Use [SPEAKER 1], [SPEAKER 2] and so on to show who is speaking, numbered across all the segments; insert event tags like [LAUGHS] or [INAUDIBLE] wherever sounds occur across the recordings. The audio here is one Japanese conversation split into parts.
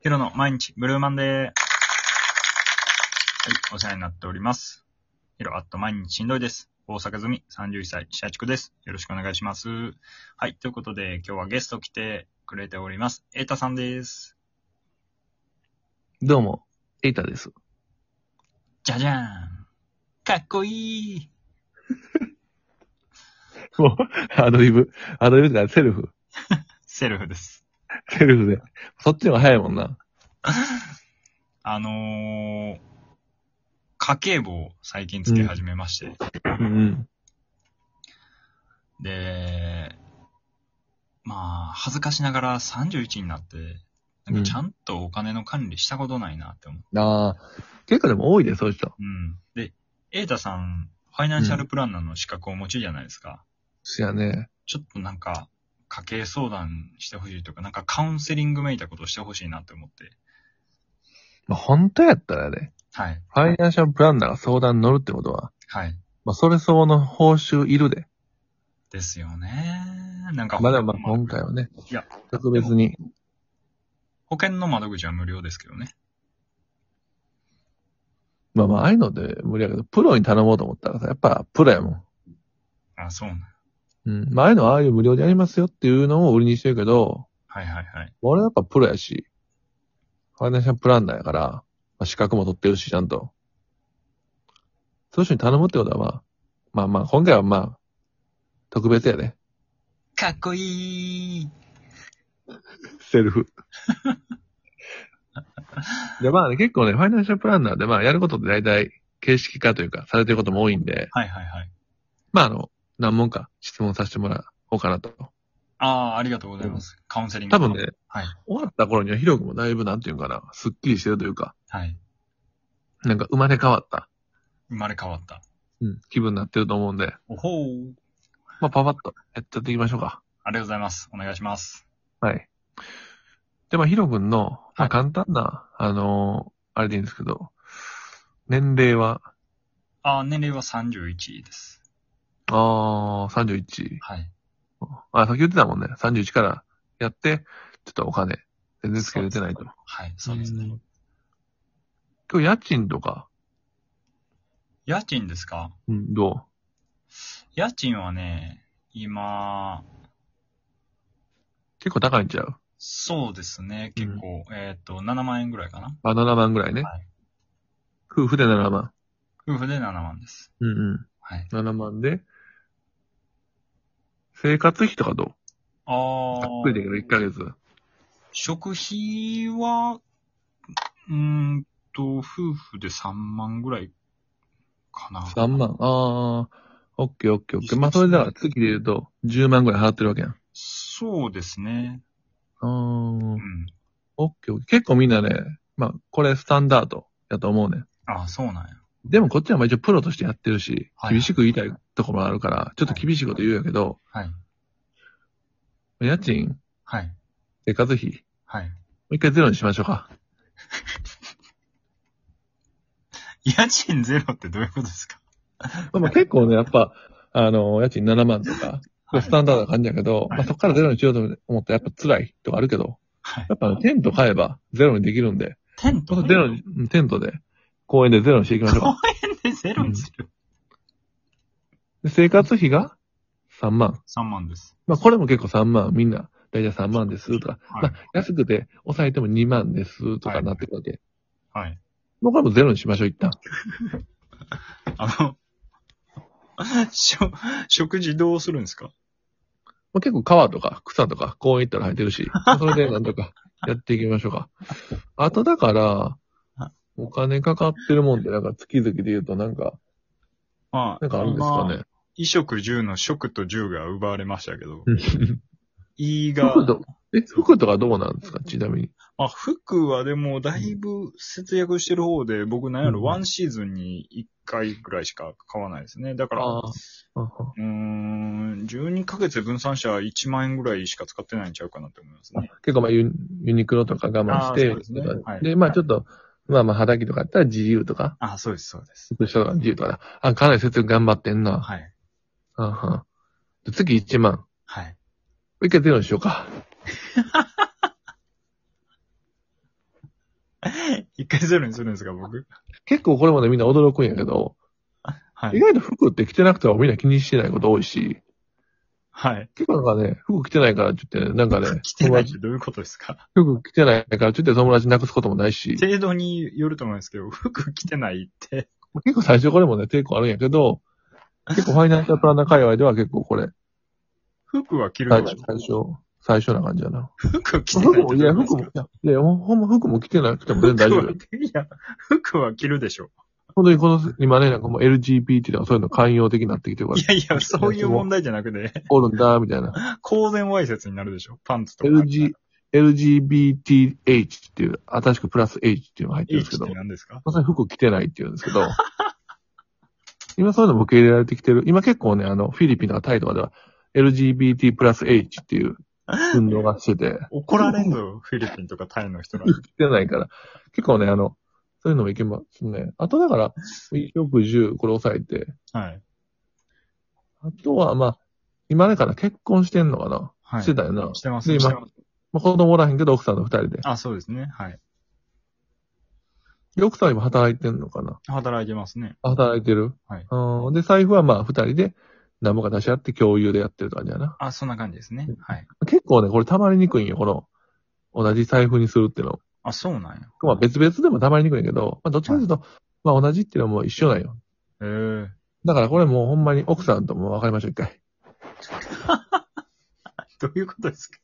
[SPEAKER 1] ヒロの毎日ブルーマンデー。はい、お世話になっております。ヒロ、あっと毎日しんどいです。大阪住み31歳、社畜です。よろしくお願いします。はい、ということで今日はゲスト来てくれております。エータさんです。
[SPEAKER 2] どうも、エイタです。
[SPEAKER 1] じゃじゃーん。かっこいい。
[SPEAKER 2] もう、アドリブ、アドリブってかセルフ、
[SPEAKER 1] セルフです。
[SPEAKER 2] セルフで。そっちの方が早いもんな。
[SPEAKER 1] あのー、家計簿を最近つけ始めまして。
[SPEAKER 2] うん
[SPEAKER 1] で、まあ、恥ずかしながら31になって、なんかちゃんとお金の管理したことないなって思う。
[SPEAKER 2] うん。ああ、結構でも多いで、そういう人。
[SPEAKER 1] うん。で、エータさん、ファイナンシャルプランナーの資格をお持ちじゃないですか。
[SPEAKER 2] そやね。
[SPEAKER 1] ちょっとなんか、家計相談してほしいとか、なんかカウンセリングめいたことしてほしいなって思って。
[SPEAKER 2] まあ、本当やったらね、
[SPEAKER 1] はい。
[SPEAKER 2] ファイナンシャルプランナーが相談に乗るってことは、
[SPEAKER 1] はい。
[SPEAKER 2] まあ、それ相応の報酬いるで。
[SPEAKER 1] ですよね。なんか、
[SPEAKER 2] まだまあ、
[SPEAKER 1] ほん
[SPEAKER 2] 今回はね、
[SPEAKER 1] いや、
[SPEAKER 2] 特別に。
[SPEAKER 1] 保険の窓口は無料ですけどね。
[SPEAKER 2] まあまあ、ああいうので無理やけど、プロに頼もうと思ったらさ、やっぱプロやもん。
[SPEAKER 1] あ、そうなん。
[SPEAKER 2] うん。まあ、ああいうのはああいう無料でやりますよっていうのを売りにしてるけど、
[SPEAKER 1] はいはいはい。
[SPEAKER 2] 俺はやっぱプロやし、ファイナンシャルプランナーやから、まあ、資格も取ってるし、ちゃんと。そういう人に頼むってことは、まあ、まあまあ、今回はまあ、特別やね。
[SPEAKER 1] かっこいい。
[SPEAKER 2] セルフ。 [LAUGHS] で、まあね、結構ね、ファイナンシャルプランナーで、まあ、やることって大体、形式化というか、されてることも多いんで、
[SPEAKER 1] はいはいはい。
[SPEAKER 2] まあ、あの、何問か質問させてもらおうかなと。
[SPEAKER 1] ああ、ありがとうございます。カウンセリング。
[SPEAKER 2] 多分ね、
[SPEAKER 1] はい。
[SPEAKER 2] 終わった頃には、ヒロ君もだいぶ、なんていうんかな、スッキリしてるというか、
[SPEAKER 1] はい。
[SPEAKER 2] なんか生まれ変わった、
[SPEAKER 1] 生まれ変わった。
[SPEAKER 2] うん、気分になってると思うんで、
[SPEAKER 1] おほー。
[SPEAKER 2] まあ、パパッとやっちゃっていきましょうか。
[SPEAKER 1] ありがとうございます。お願いします。
[SPEAKER 2] はい。で、まあ、ヒロ君の、
[SPEAKER 1] は
[SPEAKER 2] ま
[SPEAKER 1] い
[SPEAKER 2] あ、簡単な、あのーあれでいいんですけど、年齢は、
[SPEAKER 1] あー、年齢は31です。
[SPEAKER 2] ああ、31。
[SPEAKER 1] はい。
[SPEAKER 2] あ、さっき言ってたもんね。31からやって、ちょっとお金、全然つけれてないと。
[SPEAKER 1] はい、そうですね。
[SPEAKER 2] ん今日家賃とか、
[SPEAKER 1] 家賃ですか
[SPEAKER 2] うん、ど
[SPEAKER 1] 家賃はね、今、
[SPEAKER 2] う結構高いんちゃう
[SPEAKER 1] そうですね、結構、えーっと、7万円ぐらいかな。
[SPEAKER 2] あ、7万ぐらいね。
[SPEAKER 1] はい
[SPEAKER 2] 夫婦で7万。
[SPEAKER 1] 夫婦で7万です。
[SPEAKER 2] うんうん。
[SPEAKER 1] はい。
[SPEAKER 2] 7万で、生活費とかどう
[SPEAKER 1] あ
[SPEAKER 2] ざっくりだけど、1
[SPEAKER 1] ー、
[SPEAKER 2] ヶ月。
[SPEAKER 1] 食費は、うーんと、夫婦で3万ぐらいかな。
[SPEAKER 2] 3万。ああ、オッケーオッケーオッケー。まあ、それだから月で言うと10万ぐらい払ってるわけやん。あ
[SPEAKER 1] そうですね。
[SPEAKER 2] あ、オ
[SPEAKER 1] う
[SPEAKER 2] ッ
[SPEAKER 1] ん。
[SPEAKER 2] ケーオッケー。結構みんなね、まあ、これスタンダードやと思うね。
[SPEAKER 1] あー、そうなんや。
[SPEAKER 2] でもこっちはまあ一応プロとしてやってるし
[SPEAKER 1] は、い
[SPEAKER 2] 厳しく言いたいところもあるから、ちょっと厳しいこと言うやけど、
[SPEAKER 1] はい。
[SPEAKER 2] 家賃、
[SPEAKER 1] はい。
[SPEAKER 2] 生活費、も
[SPEAKER 1] はい。 [LAUGHS]
[SPEAKER 2] う一回ゼロにしましょうか。 [LAUGHS]
[SPEAKER 1] 家賃ゼロってどういうことですか
[SPEAKER 2] まあ、まあ結構ね、やっぱ、あの、家賃7万とか、
[SPEAKER 1] はい
[SPEAKER 2] スタンダードな感じやけど、
[SPEAKER 1] はい
[SPEAKER 2] まあ、そこからゼロにしようと思ったらやっぱ辛いとかあるけど、
[SPEAKER 1] はい。
[SPEAKER 2] やっぱテント買えばゼロにできるんで、
[SPEAKER 1] テント
[SPEAKER 2] ちょっとゼロに、うんテントで、公園でゼロにしていきましょう
[SPEAKER 1] 公
[SPEAKER 2] か。
[SPEAKER 1] 園でゼロにする。
[SPEAKER 2] で生活費が3万。
[SPEAKER 1] 3万です。
[SPEAKER 2] まあこれも結構3万、みんな、だいたい3万ですとか、
[SPEAKER 1] はい
[SPEAKER 2] まあ安くて抑えても2万ですとかなってくるわけ。
[SPEAKER 1] はい。
[SPEAKER 2] もうこれもゼロにしましょう、一旦。
[SPEAKER 1] あの、しょ、食事どうするんですか
[SPEAKER 2] まあ、結構川とか草とか公園行ったら生えてるし、まあそれでなんとかやっていきましょうか。あとだから、お金かかってるもんって、なんか月々で言うとなんか、
[SPEAKER 1] ま
[SPEAKER 2] なんかあるんですか
[SPEAKER 1] ま
[SPEAKER 2] ね
[SPEAKER 1] あ。衣食住の食と住が奪われましたけ
[SPEAKER 2] [LAUGHS]
[SPEAKER 1] ど、いいが、
[SPEAKER 2] 服と、え、服とかどうなんですかちなみに。
[SPEAKER 1] あ、服はでもだいぶ節約してる方で、僕なんやろ、
[SPEAKER 2] うん
[SPEAKER 1] ワンシーズンに1回ぐらいしか買わないですね。だから、
[SPEAKER 2] あ
[SPEAKER 1] う
[SPEAKER 2] あ。ああ
[SPEAKER 1] ーん、12ヶ月で分散したら1万円ぐらいしか使ってないんちゃうかなと思いますね。
[SPEAKER 2] 結構まあユユニクロとか我慢し
[SPEAKER 1] あ
[SPEAKER 2] て、
[SPEAKER 1] ーそうですね
[SPEAKER 2] とか
[SPEAKER 1] はい
[SPEAKER 2] でまあちょっと、まあまあ肌着とかやったら自由とか、
[SPEAKER 1] あ、そうです、そうです。
[SPEAKER 2] 靴下とか自由とかだあ、かなり節約頑張ってんな。
[SPEAKER 1] はい。
[SPEAKER 2] あはで次1万。
[SPEAKER 1] はい。
[SPEAKER 2] 一回ゼロにしようか。
[SPEAKER 1] [LAUGHS] 一回ゼロにするんですか、僕。
[SPEAKER 2] 結構これまでみんな驚くんやけど、
[SPEAKER 1] は
[SPEAKER 2] 意
[SPEAKER 1] い。
[SPEAKER 2] 外と服って着てなくてもみんな気にしてないこと多いし、
[SPEAKER 1] はい。、
[SPEAKER 2] 結構なんかね、服着てないからって言って、なんか
[SPEAKER 1] [LAUGHS]
[SPEAKER 2] ね
[SPEAKER 1] 来てないっ
[SPEAKER 2] 友達
[SPEAKER 1] てどういうことですか
[SPEAKER 2] 服着てないからって言って友達なくすこともない
[SPEAKER 1] [LAUGHS]
[SPEAKER 2] し、
[SPEAKER 1] 程度によると思うんですけど、服着てないって。
[SPEAKER 2] 結構最初これもね、抵抗あるんやけど、結構ファイナンシャルプランナー界隈では結構これ、
[SPEAKER 1] 服は着る
[SPEAKER 2] 最
[SPEAKER 1] でし
[SPEAKER 2] 初
[SPEAKER 1] ょ、
[SPEAKER 2] 最初、最初な感じやな。
[SPEAKER 1] 服着てないっ
[SPEAKER 2] 服も、
[SPEAKER 1] て
[SPEAKER 2] い
[SPEAKER 1] どう
[SPEAKER 2] や、
[SPEAKER 1] うこと
[SPEAKER 2] 服
[SPEAKER 1] で
[SPEAKER 2] も、い
[SPEAKER 1] すか
[SPEAKER 2] や、いやほんほんま服も着てなくても全然
[SPEAKER 1] [LAUGHS]
[SPEAKER 2] 大丈夫よ。
[SPEAKER 1] いや、服は着るでしょ。
[SPEAKER 2] 本当にこの、今ね、なんかもう LGBT とかそういうの寛容的になってきてるから
[SPEAKER 1] い、やいや、そういう問題じゃなくて、
[SPEAKER 2] おるんだ、みたいな。
[SPEAKER 1] 公然わいせつになるでしょ。パンツとか。
[SPEAKER 2] LG、LGBTH っていう、新しくプラス H っていうのが入ってるんですけ
[SPEAKER 1] H っ
[SPEAKER 2] ど
[SPEAKER 1] て、何ですか
[SPEAKER 2] まさに服着てないっていうんですけど、 [LAUGHS] 今そういうのも受け入れられてきてる。今結構ね、あの、フィリピンとかタイとかでは、LGBT プラス H っていう運動がしてて、
[SPEAKER 1] 怒られんぞ、フィリピンとかタイの人 [LAUGHS] らに。
[SPEAKER 2] 服着てないから、結構ね、あの、そういうのもいけますね。あとだから、衣食住、これ抑えて、
[SPEAKER 1] はい。
[SPEAKER 2] あとは、まあ、今ねから結婚してんのかな、
[SPEAKER 1] はい。
[SPEAKER 2] してたよな。
[SPEAKER 1] 着てます
[SPEAKER 2] で
[SPEAKER 1] ね。
[SPEAKER 2] 今
[SPEAKER 1] 着てます
[SPEAKER 2] まあ、子供おらへんけど、奥さんと二人で。
[SPEAKER 1] あ、そうですね。はい。
[SPEAKER 2] で奥さんは今働いてんのかな
[SPEAKER 1] 働いてますね。
[SPEAKER 2] あ働いてる
[SPEAKER 1] はい。
[SPEAKER 2] うん。で、財布はまあ、二人で、何もか出し合って共有でやってる感じやな。
[SPEAKER 1] あ、そんな感じですね。はい。
[SPEAKER 2] 結構ね、これ溜まりにくいんよ、この、同じ財布にするっていうの。
[SPEAKER 1] あ、そうなんや。
[SPEAKER 2] まあ、別々でも溜まりにくいんやけど、まあ、どっちかというと、まあ、同じっていうのはもう一緒なんよ。
[SPEAKER 1] えー、
[SPEAKER 2] だからこれもうほんまに奥さんとも分かりましょう、一回。
[SPEAKER 1] どういうことですか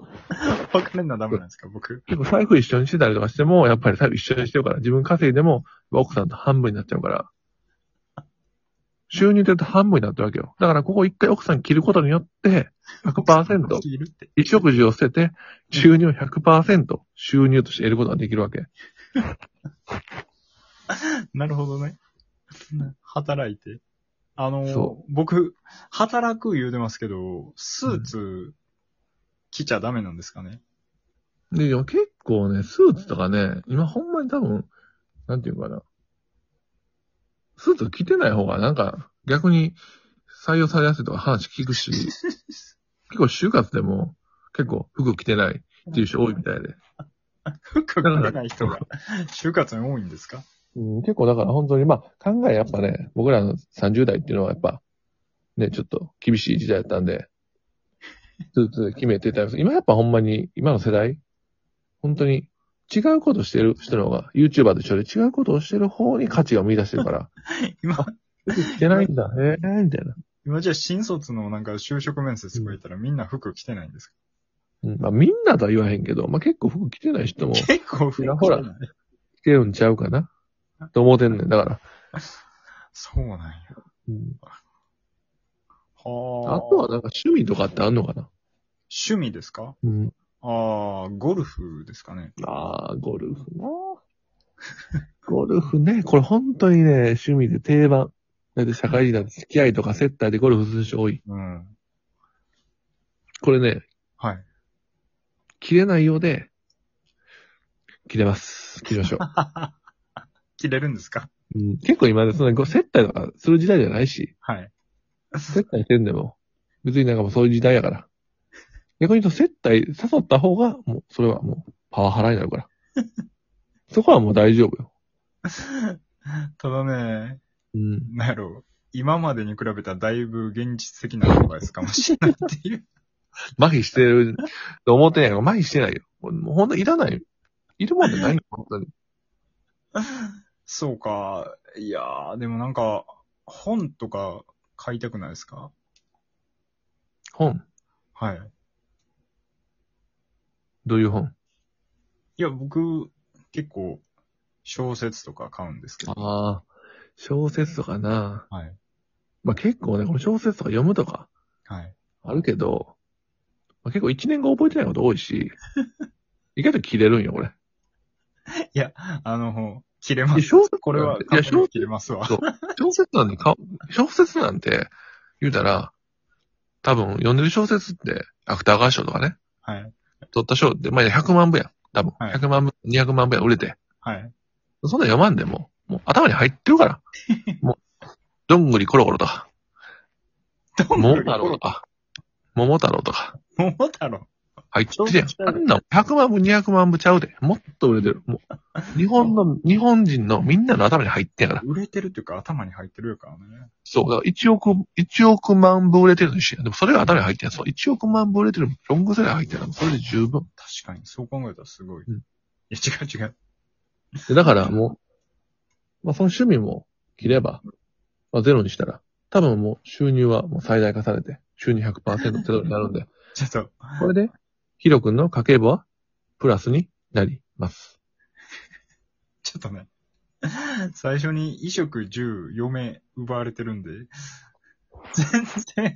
[SPEAKER 1] [LAUGHS] わかるのはダメなんですか僕。
[SPEAKER 2] 結構財布一緒にしてたりとかしても、やっぱり財布一緒にしてるから、自分稼いでも、奥さんと半分になっちゃうから。収入で言うと半分になってるわけよ。だからここ一回奥さん切ることによって、100%、
[SPEAKER 1] いるって。
[SPEAKER 2] 衣食住を捨てて、収入を100%収入として得ることができるわけ。
[SPEAKER 1] なるほどね。働いて。あの
[SPEAKER 2] そ、
[SPEAKER 1] 僕、働く言うてますけど、スーツ着ちゃダメなんですかね、
[SPEAKER 2] で、でも結構ね、スーツとかね、今ほんまに多分、なんていうかな。スーツ着てない方がなんか、逆に採用されやすいとか話聞くし、結構就活でも結構服着てないっていう
[SPEAKER 1] [LAUGHS]
[SPEAKER 2] 人多いみたいで。
[SPEAKER 1] 服着れない人が、就活に多いんですか
[SPEAKER 2] うん、結構だから本当に、まあ考えやっぱね、僕らの30代っていうのはやっぱ、ね、ちょっと厳しい時代だったん [LAUGHS] で、スーツで決めてたりする今やっぱほんまに、今の世代、本当に違うことしてる人の方が、YouTuber と一緒で違うことをしてる方に価値を見出してる [LAUGHS] から、
[SPEAKER 1] 今、
[SPEAKER 2] してないんだ、へえー、みたいな。
[SPEAKER 1] 今じゃあ新卒のなんか就職面接とか行ったらみんな服着てないんですか、
[SPEAKER 2] うん、まあみんなとは言わへんけど、まあ結構服着てない人も着
[SPEAKER 1] 結構服着てない。
[SPEAKER 2] ほらてるんちゃうかな、と思うてんねん。だから。
[SPEAKER 1] そうなんや。
[SPEAKER 2] うん、
[SPEAKER 1] はあ。
[SPEAKER 2] あとはなんか趣味とかってあんのかな
[SPEAKER 1] 趣味ですか
[SPEAKER 2] うん。
[SPEAKER 1] ああ、ゴルフですかね。
[SPEAKER 2] ああ、ゴルフな。 [LAUGHS] ゴルフね。これ本当にね、趣味で定番。だって社会人だって付き合いとか接待でゴルフする人多い。
[SPEAKER 1] うん。
[SPEAKER 2] これね、
[SPEAKER 1] はい。
[SPEAKER 2] 切れないようで、切れます。切りましょう。
[SPEAKER 1] 着れるんですか
[SPEAKER 2] [LAUGHS] うん、結構今ね、そんなご接待とかする時代じゃないし、
[SPEAKER 1] はい。
[SPEAKER 2] 接待してんでも、別になんかもうそういう時代やから。逆に言うと接待誘った方が、もう、それはもう、パワハラにな [LAUGHS] るから。そこはもう大丈夫よ。
[SPEAKER 1] ただね、
[SPEAKER 2] うん。
[SPEAKER 1] なんやろう。今までに比べたらだいぶ現実的なアドバイスかもしれないっていう。
[SPEAKER 2] 麻痺してると思ってないから、麻痺してないよ。もうもうほんといらない。いるもんじゃないよ、本当に。
[SPEAKER 1] そうか。いやー、でもなんか、本とか買いたくないですか
[SPEAKER 2] 本
[SPEAKER 1] はい。
[SPEAKER 2] どういう本
[SPEAKER 1] いや、僕、結構、小説とか買うんですけど。
[SPEAKER 2] ああ、小説とかな。
[SPEAKER 1] はい。
[SPEAKER 2] まあ結構ね、この小説とか読むとか
[SPEAKER 1] はい。
[SPEAKER 2] あるけど、まあ、結構一年後覚えてないこと多
[SPEAKER 1] [LAUGHS]
[SPEAKER 2] いし、意外と切れるんよ、これ。
[SPEAKER 1] いや、あの、切れま
[SPEAKER 2] い
[SPEAKER 1] す。
[SPEAKER 2] や小説、
[SPEAKER 1] これはい
[SPEAKER 2] や
[SPEAKER 1] 完全
[SPEAKER 2] 小
[SPEAKER 1] に
[SPEAKER 2] 説
[SPEAKER 1] 切れますわ。
[SPEAKER 2] 小説なんてか、小説なんて言うたら、多分読んでる小説って、芥川賞とかね、
[SPEAKER 1] はい。
[SPEAKER 2] 取った賞って、まあ100万部やん。多分、
[SPEAKER 1] はい
[SPEAKER 2] 100万部、200万部やん売れて。
[SPEAKER 1] はい。
[SPEAKER 2] そんなん読まんでも、もう頭に入って
[SPEAKER 1] [LAUGHS]
[SPEAKER 2] るから。もう、どんぐりころころとか、
[SPEAKER 1] どんぐ
[SPEAKER 2] 桃
[SPEAKER 1] り
[SPEAKER 2] 太郎とか、桃太郎とか、
[SPEAKER 1] 桃太郎。
[SPEAKER 2] 入ってるや
[SPEAKER 1] ち
[SPEAKER 2] ん。
[SPEAKER 1] ょ
[SPEAKER 2] あ
[SPEAKER 1] っと
[SPEAKER 2] んなん100万部、200万部ちゃうで。もっと売れてる。もう、日本の、日本人のみんなの頭に入ってんやから。
[SPEAKER 1] 売れてるっていうか、頭に入ってるからね。
[SPEAKER 2] そう。だから1億、1億万部売れてるのにし、でもそれが頭に入ってんやん。そう。1億万部売れてるロングセラー入ってるの。それで十分。
[SPEAKER 1] 確かに、そう考えたらすごい。
[SPEAKER 2] うん
[SPEAKER 1] いや、違う違う。
[SPEAKER 2] でだからもう、まあその趣味も切れば、まあゼロにしたら、多分もう収入はもう最大化されて、収入100%ゼロになるんで、
[SPEAKER 1] ちょっと、
[SPEAKER 2] これで、ヒロ君の家計簿はプラスになります。
[SPEAKER 1] ちょっとね。最初に、衣食住、嫁、奪われてるんで、全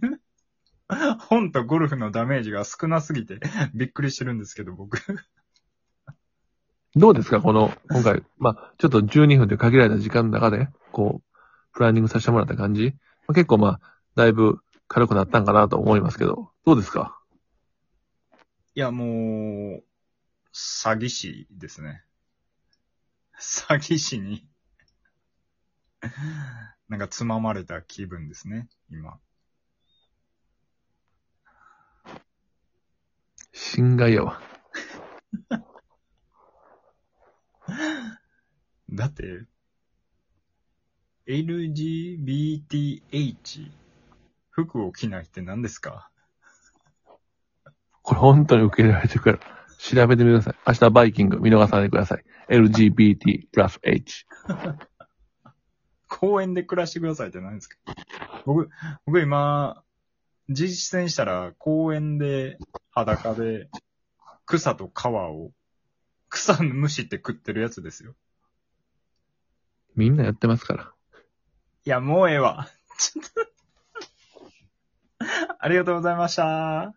[SPEAKER 1] 然、本とゴルフのダメージが少なすぎて、びっくりしてるんですけど、僕。
[SPEAKER 2] どうですかこの、今回、まあちょっと12分という限られた時間の中で、こう、プランニングさせてもらった感じ、まあ、結構まあだいぶ軽くなったんかなと思いますけど、どうですか
[SPEAKER 1] いや、もう、詐欺師ですね。詐欺師に、なんかつままれた気分ですね、今。
[SPEAKER 2] 侵害やわ。
[SPEAKER 1] だって、LGBTH、服を着ないって何ですか
[SPEAKER 2] これ本当に受け入れられてるから、調べてみてください。明日バイキング見逃さないでください。LGBT プラス H。
[SPEAKER 1] 公園で暮らしてくださいって何ですか僕、僕今、実践したら公園で裸で草と皮を、草の虫って食ってるやつですよ。
[SPEAKER 2] みんなやってますから。
[SPEAKER 1] い [LAUGHS] や、もうええわ。ちょっとありがとうございました。